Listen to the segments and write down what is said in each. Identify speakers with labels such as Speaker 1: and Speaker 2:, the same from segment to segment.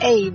Speaker 1: e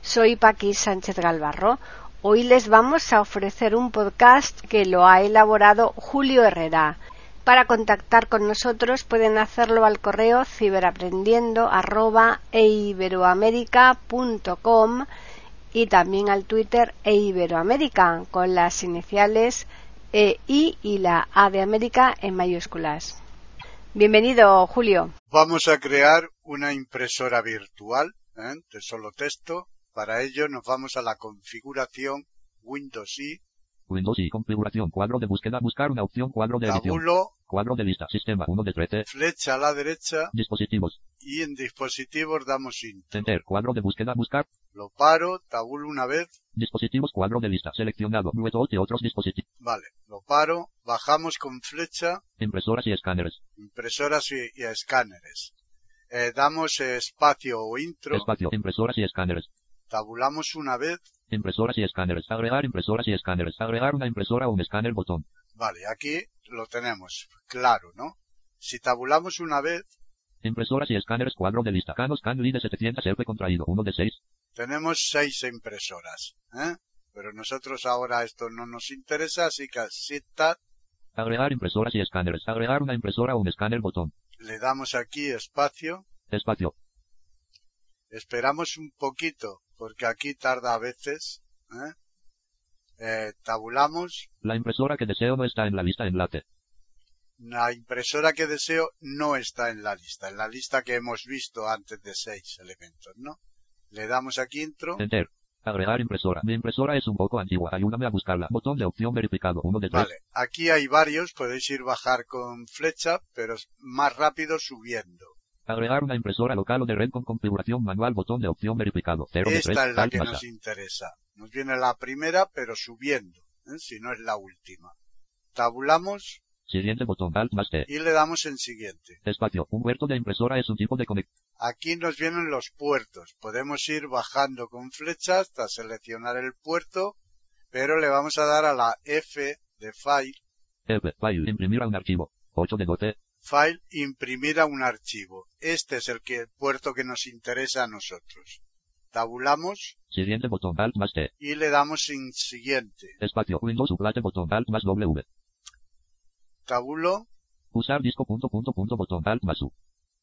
Speaker 1: Soy Paqui Sánchez Galvarro. Hoy les vamos a ofrecer un podcast que lo ha elaborado Julio Herrera. Para contactar con nosotros pueden hacerlo al correo e ciberaprendiendo@eiberoamerica.com y también al Twitter eiberoamerica con las iniciales e I y la A de América en mayúsculas. Bienvenido, Julio.
Speaker 2: Vamos a crear una impresora virtual ¿eh? de solo texto. Para ello nos vamos a la configuración Windows I.
Speaker 3: Windows I, configuración, cuadro de búsqueda, buscar una opción, cuadro de edición.
Speaker 2: Tabulo,
Speaker 3: Cuadro de lista, sistema 1 de 13.
Speaker 2: flecha a la derecha
Speaker 3: Dispositivos,
Speaker 2: y en dispositivos damos intro.
Speaker 3: Enter, cuadro de búsqueda, buscar.
Speaker 2: Lo paro, tabulo una vez,
Speaker 3: Dispositivos, cuadro de lista, seleccionado, Bluetooth y otros dispositivos.
Speaker 2: vale, lo paro, bajamos con flecha,
Speaker 3: Impresoras y escáneres.
Speaker 2: impresoras y, y a escáneres. Eh, damos eh, espacio o intro,
Speaker 3: Espacio, impresoras y escáneres.
Speaker 2: tabulamos una vez,
Speaker 3: Impresoras y escáneres. Agregar impresoras y escáneres. Agregar una impresora o un escáner botón.
Speaker 2: vale, aquí lo tenemos, claro, ¿no? Si tabulamos una vez,
Speaker 3: Impresoras y escáneres, cuadro de lista. Canon Scan de 700 F contraído, 1 de 6.
Speaker 2: tenemos seis impresoras, ¿eh? Pero nosotros ahora esto no nos interesa, así que si
Speaker 3: Agregar impresoras y escáneres. Agregar una impresora o un escáner botón.
Speaker 2: le damos aquí espacio,
Speaker 3: Espacio,
Speaker 2: esperamos un poquito, porque aquí tarda a veces, ¿eh? Eh, tabulamos,
Speaker 3: la impresora que deseo no está en la lista enlace.
Speaker 2: la impresora que deseo no está en la lista, en la lista que hemos visto antes de seis elementos, ¿no? Le damos aquí intro,
Speaker 3: Enter. Agregar impresora. Mi impresora es un poco antigua. Ayúdame a buscarla. Botón de opción verificado. Uno de tres.
Speaker 2: vale, aquí hay varios, podéis ir bajar con flecha, pero es más rápido subiendo.
Speaker 3: Agregar una impresora local o de red con configuración manual. Botón de opción verificado. 0 de 3.
Speaker 2: Esta es la
Speaker 3: Tal
Speaker 2: que
Speaker 3: masa.
Speaker 2: nos interesa. Nos viene la primera, pero subiendo, ¿eh? si no es la última. Tabulamos
Speaker 3: Siguiente botón. Alt más T.
Speaker 2: y le damos en siguiente.
Speaker 3: Espacio. Un huerto de impresora es un tipo de conect.
Speaker 2: Aquí nos vienen los puertos. Podemos ir bajando con flecha hasta seleccionar el puerto, pero le vamos a dar a la F de File,
Speaker 3: F. File. Imprimir a un archivo. 8 de 12.
Speaker 2: File, imprimir a un archivo. Este es el, que- el puerto que nos interesa a nosotros. Tabulamos
Speaker 3: Siguiente botón. Alt más T.
Speaker 2: y le damos en siguiente.
Speaker 3: Espacio. Windows sublate. Botón. Alt más W.
Speaker 2: Tabulo,
Speaker 3: Usar disco. Punto. Punto. Punto. Botón. Alt más U.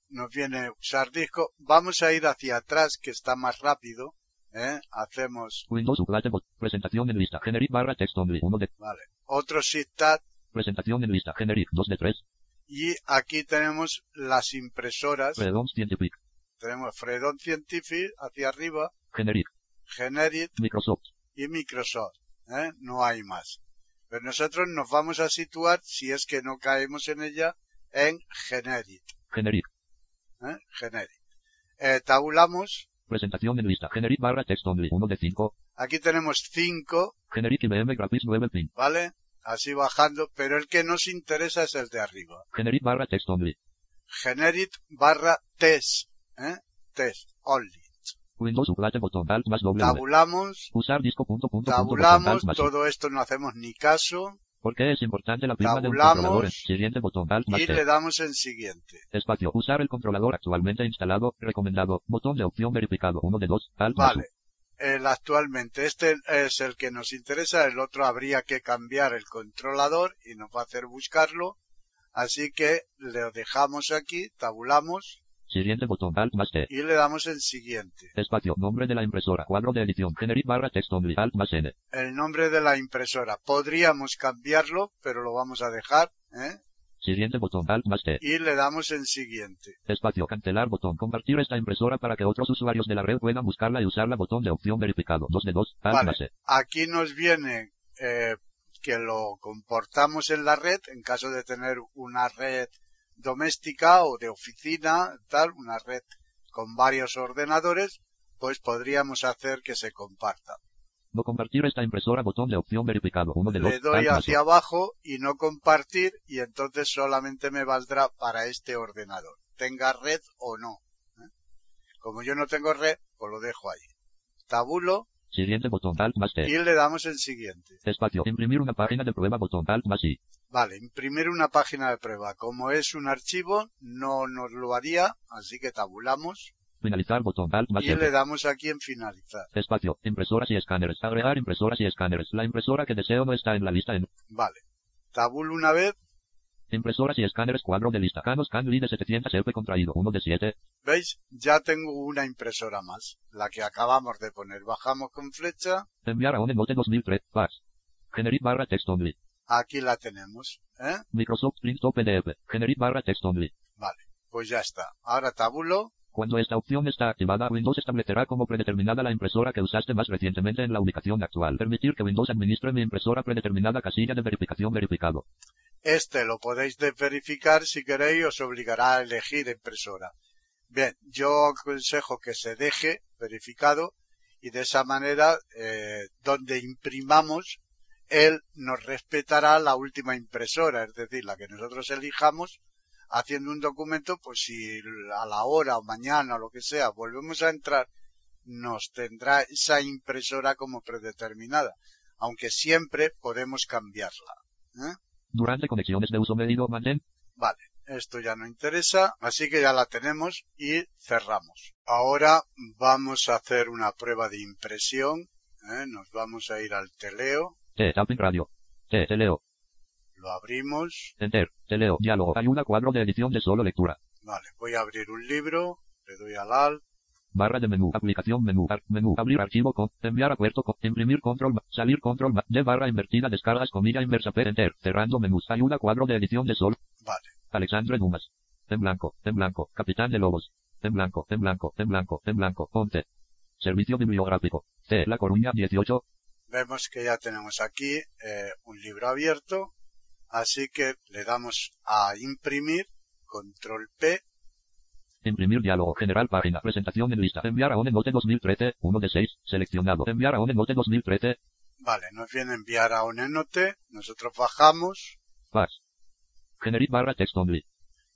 Speaker 2: nos viene usar disco. Vamos a ir hacia atrás, que está más rápido. ¿eh? Hacemos,
Speaker 3: Windows sublate. bot- Presentación en lista. Generic barra text only. 1 de.
Speaker 2: vale, otro shift tab
Speaker 3: Presentación en lista. Generic. 2 de 3.
Speaker 2: y aquí tenemos las impresoras.
Speaker 3: Redon Scientific.
Speaker 2: Tenemos Fredon Scientific hacia arriba,
Speaker 3: Generic.
Speaker 2: Generic
Speaker 3: Microsoft.
Speaker 2: y Microsoft. ¿eh? No hay más. Pero nosotros nos vamos a situar, si es que no caemos en ella, en Generic.
Speaker 3: Generic.
Speaker 2: ¿eh? Generic. Eh, tabulamos.
Speaker 3: Presentación en lista. Generic barra text only. 1 de 5.
Speaker 2: Aquí tenemos 5,
Speaker 3: Generic IBM Graphics 9 pin.
Speaker 2: ¿vale? Así bajando, pero el que nos interesa es el de arriba.
Speaker 3: Generic barra text only.
Speaker 2: Generic barra test. ¿eh? Test only.
Speaker 3: Windows sublate botón alt más W.
Speaker 2: Tabulamos.
Speaker 3: Usar disco punto punto punto botón
Speaker 2: Tabulamos.
Speaker 3: alt más U.
Speaker 2: Todo esto no hacemos ni caso.
Speaker 3: ¿Por qué es importante la firma de un
Speaker 2: Tabulamos.
Speaker 3: controlador? Siguiente botón alt más
Speaker 2: Y
Speaker 3: T.
Speaker 2: le damos en siguiente.
Speaker 3: Espacio. Usar el controlador actualmente instalado. Recomendado. Botón de opción verificado. 1 de 2. Alt más U.
Speaker 2: Vale. El actualmente, este es el que nos interesa, el otro habría que cambiar el controlador y nos va a hacer buscarlo. Así que lo dejamos aquí, tabulamos
Speaker 3: Siguiente botón alt más T.
Speaker 2: y le damos en siguiente.
Speaker 3: Espacio. Nombre de la impresora. Cuadro de edición. Generic barra text only. Alt más N.
Speaker 2: El nombre de la impresora, podríamos cambiarlo, pero lo vamos a dejar, ¿eh?
Speaker 3: Siguiente botón alt más T.
Speaker 2: Y le damos en siguiente.
Speaker 3: Espacio. Cancelar botón. Compartir esta impresora para que otros usuarios de la red puedan buscarla y usarla. Botón de opción verificado. 2 de 2. Alt
Speaker 2: Vale.
Speaker 3: más E.
Speaker 2: Aquí nos viene eh, que lo comportamos en la red, en caso de tener una red doméstica o de oficina, tal, una red con varios ordenadores, pues podríamos hacer que se comparta.
Speaker 3: No compartir esta impresora, botón de opción verificado. Uno de los
Speaker 2: Le doy
Speaker 3: Tal
Speaker 2: hacia
Speaker 3: caso.
Speaker 2: abajo y no compartir y entonces solamente me valdrá para este ordenador, tenga red o no. ¿eh? Como yo no tengo red, pues lo dejo ahí. Tabulo
Speaker 3: Siguiente botón, Alt más T.
Speaker 2: y le damos en siguiente.
Speaker 3: Espacio. Imprimir una página de prueba, botón, Alt más I.
Speaker 2: Vale, imprimir una página de prueba. Como es un archivo, no nos lo haría, así que tabulamos
Speaker 3: Finalizar, botón, Alt más
Speaker 2: y le
Speaker 3: F.
Speaker 2: damos aquí en finalizar.
Speaker 3: Espacio. Impresoras y escáneres. Agregar impresoras y escáneres. La impresora que deseo no está en la lista en
Speaker 2: Vale. Tabulo una vez,
Speaker 3: impresoras y escáneres cuadro de lista. Canon Scan Lead de 700 F contraído. 1 de 7.
Speaker 2: ¿veis? Ya tengo una impresora más, la que acabamos de poner. Bajamos con flecha,
Speaker 3: Enviar a OneNote 2003. Fax. Generate barra text only.
Speaker 2: aquí la tenemos, ¿eh?
Speaker 3: Microsoft Print to PDF. Generate barra text only.
Speaker 2: Pues ya está. Ahora tabulo,
Speaker 3: Cuando esta opción está activada, Windows establecerá como predeterminada la impresora que usaste más recientemente en la ubicación actual. Permitir que Windows administre mi impresora predeterminada casilla de verificación verificado.
Speaker 2: este lo podéis verificar si queréis, os obligará a elegir impresora. Bien, yo aconsejo que se deje verificado y de esa manera, eh, donde imprimamos, él nos respetará la última impresora, es decir, la que nosotros elijamos, haciendo un documento, pues si a la hora o mañana o lo que sea volvemos a entrar, nos tendrá esa impresora como predeterminada, aunque siempre podemos cambiarla. ¿eh?
Speaker 3: Durante conexiones de uso medido, mantén.
Speaker 2: Vale, esto ya no interesa, así que ya la tenemos y cerramos. Ahora vamos a hacer una prueba de impresión. ¿eh? Nos vamos a ir al teleo,
Speaker 3: T. Tapping radio. T. Teleo.
Speaker 2: lo abrimos.
Speaker 3: Enter. Teleo. Diálogo. Hay una cuadro de edición de solo lectura.
Speaker 2: Vale, voy a abrir un libro, le doy al alt,
Speaker 3: Barra de menú. Aplicación menú. Ar- menú. Abrir archivo con. Enviar acuerdo con. Imprimir control. ma- Salir control. ma- De barra invertida. Descargas comilla inversa. P. Enter. Cerrando menús. Hay una cuadro de edición de solo.
Speaker 2: vale.
Speaker 3: Alexandre Dumas. En blanco, en blanco, capitán de lobos. En blanco, en blanco, en blanco, en blanco, 11. Servicio bibliográfico. T. La Coruña, 18.
Speaker 2: Vemos que ya tenemos aquí eh, un libro abierto, así que le damos a imprimir, control P,
Speaker 3: Imprimir diálogo general página. Presentación en lista. Enviar a OneNote 2013, 1 de 6. Seleccionado. Enviar a OneNote 2013.
Speaker 2: vale, nos viene a enviar a un enote, nosotros bajamos
Speaker 3: Fax. Generate barra text only.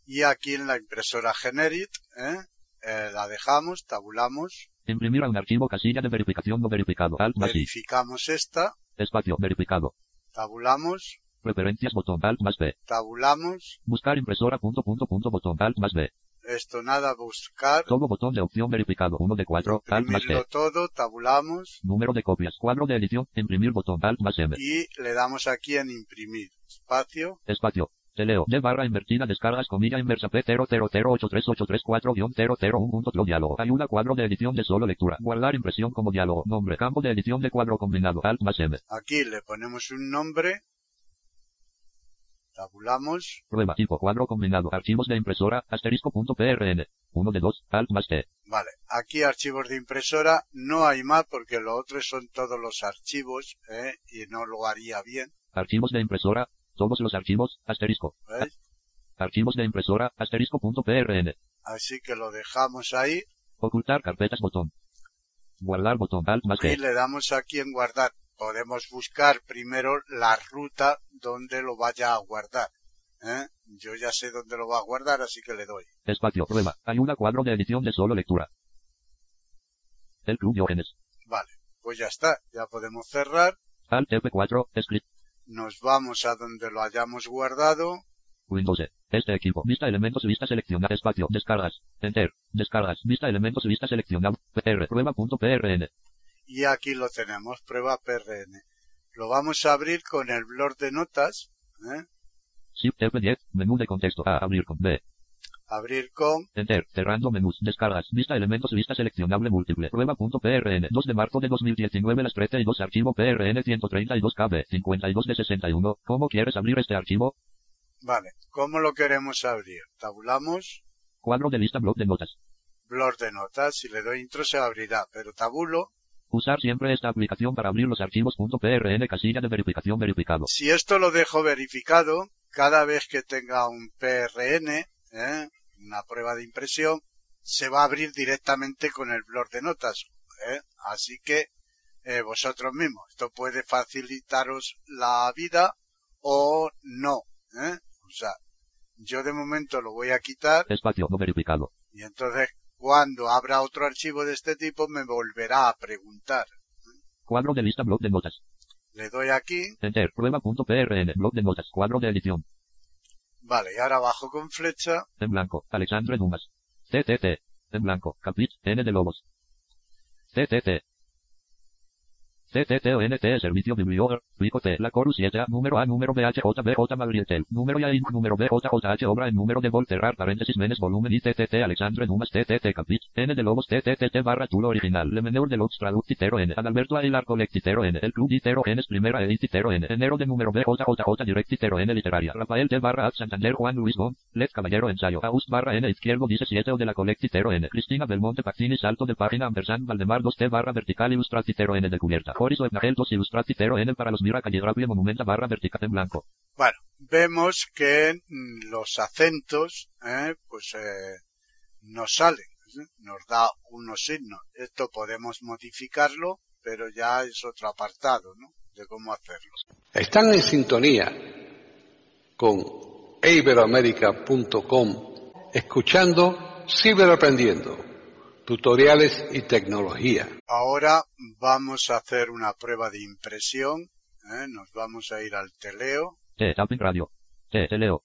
Speaker 2: y aquí en la impresora generit, ¿eh? Eh, la dejamos, tabulamos,
Speaker 3: Imprimir a un archivo casilla de verificación no verificado. Alt más I.
Speaker 2: verificamos esta,
Speaker 3: Espacio verificado.
Speaker 2: tabulamos,
Speaker 3: Preferencias botón Alt más B.
Speaker 2: tabulamos,
Speaker 3: Buscar impresora punto punto punto botón Alt más B.
Speaker 2: esto nada, buscar,
Speaker 3: Todo botón de opción verificado 1 de 4. Alt más B.
Speaker 2: imprimirlo todo, tabulamos
Speaker 3: Número de copias. Cuadro de edición. Imprimir botón. Alt más M.
Speaker 2: y le damos aquí en imprimir, espacio,
Speaker 3: Espacio. Teleo. De barra invertida. Descargas. Comilla inversa. P0008384-001.3 diálogo. Hay una cuadro de edición de solo lectura. Guardar impresión como diálogo. Nombre. Campo de edición de cuadro combinado. Alt más M.
Speaker 2: aquí le ponemos un nombre, tabulamos,
Speaker 3: Prueba. Tipo. Cuadro combinado. Archivos de impresora. Asterisco. punto PRN. 1 de 2. Alt más T.
Speaker 2: Vale, aquí archivos de impresora, no hay más porque lo otro son todos los archivos ¿eh? y no lo haría bien.
Speaker 3: Archivos de impresora. Todos los archivos. Asterisco.
Speaker 2: ¿veis?
Speaker 3: Archivos de impresora. Asterisco. punto PRN.
Speaker 2: Así que lo dejamos ahí
Speaker 3: Ocultar carpetas. Botón. Guardar botón. Alt más
Speaker 2: y
Speaker 3: T.
Speaker 2: le damos aquí en guardar. Podemos buscar primero la ruta donde lo vaya a guardar. ¿eh? Yo ya sé dónde lo va a guardar, así que le doy.
Speaker 3: Espacio, prueba. Hay una cuadro de edición de solo lectura. El Club Diógenes.
Speaker 2: Vale, pues ya está, ya podemos cerrar.
Speaker 3: Alt F4, script,
Speaker 2: Nos vamos a donde lo hayamos guardado.
Speaker 3: Windows. E. Este equipo. Vista elementos, vista seleccionar. Espacio, descargas. Enter. Descargas. Vista elementos, vista seleccionar. PR. Prueba punto PRN.
Speaker 2: y aquí lo tenemos, prueba PRN. Lo vamos a abrir con el blog de notas, ¿eh?
Speaker 3: Shift F10. Menú de contexto. A. Abrir con B.
Speaker 2: abrir con,
Speaker 3: Enter. Cerrando menús. Descargas. Vista elementos, vista seleccionable múltiple. Prueba punto PRN. 2 de marzo de 2019. Las 13 y 2. Archivo PRN 132 KB. 52 de 61. ¿Cómo quieres abrir este archivo?
Speaker 2: vale, ¿cómo lo queremos abrir? Tabulamos,
Speaker 3: Cuadro de lista blog de notas.
Speaker 2: blog de notas, si le doy intro se abrirá, pero tabulo.
Speaker 3: Usar siempre esta aplicación para abrir los archivos .prn casilla de verificación verificado.
Speaker 2: Si esto lo dejo verificado, cada vez que tenga un PRN, ¿eh? una prueba de impresión, se va a abrir directamente con el blog de notas, ¿eh? Así que eh, vosotros mismos. Esto puede facilitaros la vida o no. ¿eh? O sea, yo de momento lo voy a quitar
Speaker 3: Espacio no verificado.
Speaker 2: y entonces cuando abra otro archivo de este tipo me volverá a preguntar.
Speaker 3: Cuadro de lista blog de notas.
Speaker 2: Le doy aquí,
Speaker 3: Enter. Prueba.prn. Blog de notas. Cuadro de edición.
Speaker 2: vale, y ahora bajo con flecha
Speaker 3: En blanco. Alexandre Dumas. TTT. En blanco. Capit. N de Lobos. TTT. TTTONT Servicio Biblio. Pico T. La Corus 7 A. Número A. Número BHJBJ Madrieltel. Número YA Inc. Número BJJH. Obra en número de Volterrar. Paréntesis menes volumen y TTT Alexandre Dumas. TTT Capit. N de Lobos. TTTT barra Tulo original. Lemeneur de Lobs Traductitero N. Adalberto Aguilar Colectitero N. El Club Itero N. es Primera Edititero N. Enero de número BJJJ Directitero N. Literaria. Rafael T. barra Ad Santander Juan Luis Bon. Led Caballero Ensayo. Aust barra N. Izquierdo 17 O de la Colectitero N. Cristina Belmonte Pacini Salto de página Ampersand Valdemar 2 T barra vertical Ilustratitero N. De cubierta. Horis Ebnagel 2 Ilustratitero N. Para los Mira Calligrafía Monumenta barra vertical en blanco.
Speaker 2: Bueno, vemos que mm, los acentos, eh, pues, eh, nos salen, ¿sí? nos da unos signos. Esto podemos modificarlo, pero ya es otro apartado, ¿no? De cómo hacerlo.
Speaker 4: Están en sintonía con iberoamerica.com escuchando Ciberaprendiendo, tutoriales y tecnología.
Speaker 2: Ahora vamos a hacer una prueba de impresión. ¿eh? Nos vamos a ir al teleo,
Speaker 3: T. Tapping Radio. T. Teleo.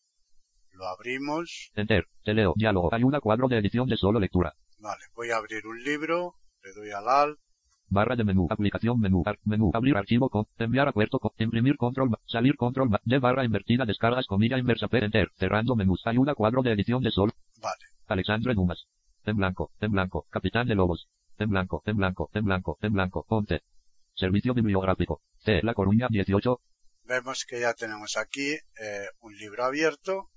Speaker 2: lo abrimos.
Speaker 3: Enter. Teleo. Diálogo. Hay una cuadro de edición de solo lectura.
Speaker 2: Vale, voy a abrir un libro, le doy al alt.
Speaker 3: Barra de menú, aplicación menú, ar- menú, abrir archivo con, enviar acuerdo con, imprimir control, ba- salir control, ba- de barra invertida, descargas comilla inversa, per enter, cerrando menús, ayuda cuadro de edición de sol,
Speaker 2: Vale,
Speaker 3: Alexandre Dumas, en blanco, en blanco, capitán de lobos, en blanco, en blanco, en blanco, en blanco, ponte, servicio bibliográfico, T, La Coruña, 18,
Speaker 2: vemos que ya tenemos aquí eh, un libro abierto.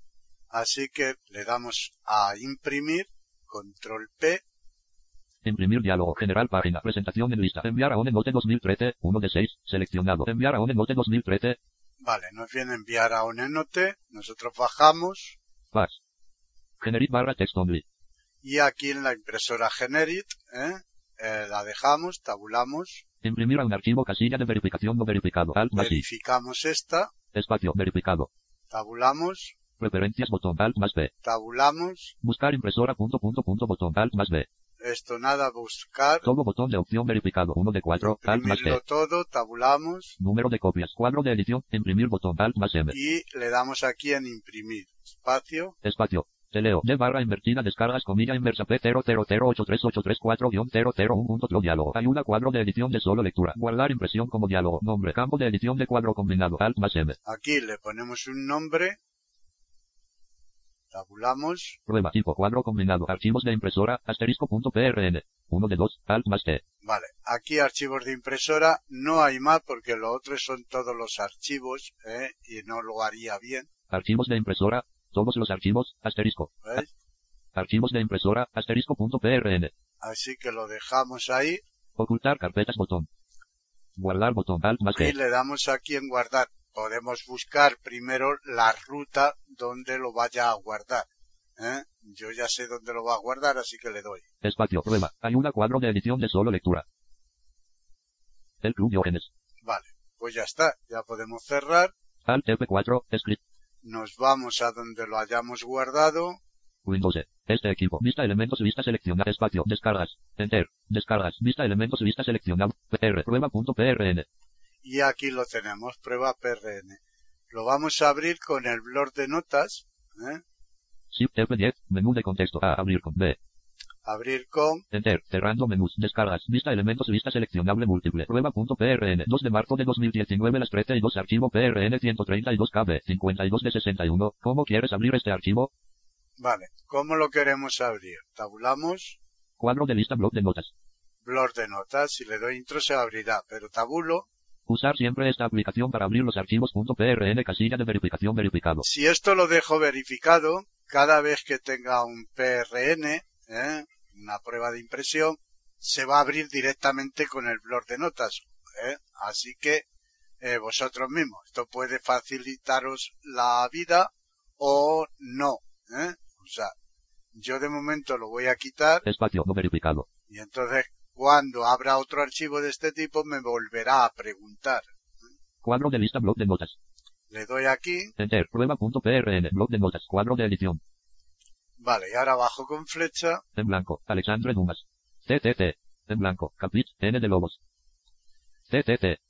Speaker 2: Así que le damos a imprimir, control P,
Speaker 3: imprimir diálogo, general página, presentación en lista, enviar a OneNote 2013, 1 de 6, seleccionado, enviar a OneNote 2013,
Speaker 2: Vale, nos viene a enviar a un enote, nosotros bajamos
Speaker 3: fax, generit barra text only,
Speaker 2: y aquí en la impresora Generit ¿eh? Eh, la dejamos, tabulamos,
Speaker 3: imprimir a un archivo casilla de verificación no verificado, alt más I.
Speaker 2: verificamos esta,
Speaker 3: Espacio verificado.
Speaker 2: tabulamos,
Speaker 3: Preferencias botón alt más B.
Speaker 2: tabulamos,
Speaker 3: Buscar impresora punto punto punto botón alt más B.
Speaker 2: esto nada, buscar,
Speaker 3: Todo botón de opción verificado 1 de 4 alt más B.
Speaker 2: imprimirlo todo, tabulamos
Speaker 3: Número de copias. Cuadro de edición. Imprimir botón alt más M.
Speaker 2: y le damos aquí en imprimir, espacio,
Speaker 3: Espacio. Teleo. De barra invertida descargas comilla inversa P0008384-001.3 diálogo. Ayuda cuadro de edición de solo lectura. Guardar impresión como diálogo. Nombre. Campo de edición de cuadro combinado. Alt más M.
Speaker 2: aquí le ponemos un nombre, tabulamos,
Speaker 3: Prueba tipo cuadro combinado. Archivos de impresora. Asterisco.prn. 1 de 2. Alt más T.
Speaker 2: Vale, aquí archivos de impresora, no hay más porque los otros son todos los archivos ¿eh? y no lo haría bien,
Speaker 3: Archivos de impresora. Todos los archivos. Asterisco.
Speaker 2: ¿veis?
Speaker 3: Archivos de impresora, asterisco.prn.
Speaker 2: Así que lo dejamos ahí
Speaker 3: Ocultar carpetas botón. Guardar botón alt más
Speaker 2: y
Speaker 3: T.
Speaker 2: le damos aquí en guardar. Podemos buscar primero la ruta donde lo vaya a guardar. ¿eh? Yo ya sé dónde lo va a guardar, así que le doy.
Speaker 3: Espacio, prueba. Ayuda cuadro de edición de solo lectura. El club Diógenes.
Speaker 2: Vale, pues ya está, ya podemos cerrar.
Speaker 3: Alt F4, script.
Speaker 2: Nos vamos a donde lo hayamos guardado.
Speaker 3: Windows E. Este equipo. Vista elementos, vista seleccionar. Espacio, descargas. Enter. Descargas. Vista elementos, vista seleccionar. PR. Prueba.prn.
Speaker 2: y aquí lo tenemos, prueba PRN. Lo vamos a abrir con el blog de notas, ¿eh?
Speaker 3: Shift F10. Menú de contexto. A. Abrir con B.
Speaker 2: abrir con,
Speaker 3: Enter. Cerrando menús. Descargas. Vista elementos. Vista seleccionable múltiple. Prueba.prn. 2 de marzo de 2019. Las 32. Archivo PRN 132 KB. 52 de 61. ¿Cómo quieres abrir este archivo?
Speaker 2: vale, ¿cómo lo queremos abrir? Tabulamos,
Speaker 3: Cuadro de lista blog de notas.
Speaker 2: blog de notas, si le doy intro se abrirá, pero tabulo.
Speaker 3: Usar siempre esta aplicación para abrir los archivos .prn casilla de verificación verificado.
Speaker 2: Si esto lo dejo verificado, cada vez que tenga un PRN, ¿eh? una prueba de impresión, se va a abrir directamente con el blog de notas, ¿eh? así que eh, vosotros mismos, esto puede facilitaros la vida o no. ¿eh? O sea, yo de momento lo voy a quitar
Speaker 3: Espacio no verificado.
Speaker 2: y entonces Cuando abra otro archivo de este tipo me volverá a preguntar.
Speaker 3: Cuadro de lista, blog de notas.
Speaker 2: Le doy aquí.
Speaker 3: Enter, prueba.prn, blog de notas, cuadro de edición.
Speaker 2: Vale, y ahora bajo con flecha.
Speaker 3: En blanco, Alexandre Dumas. TTT. En blanco, Capit, N de Lobos. TTT.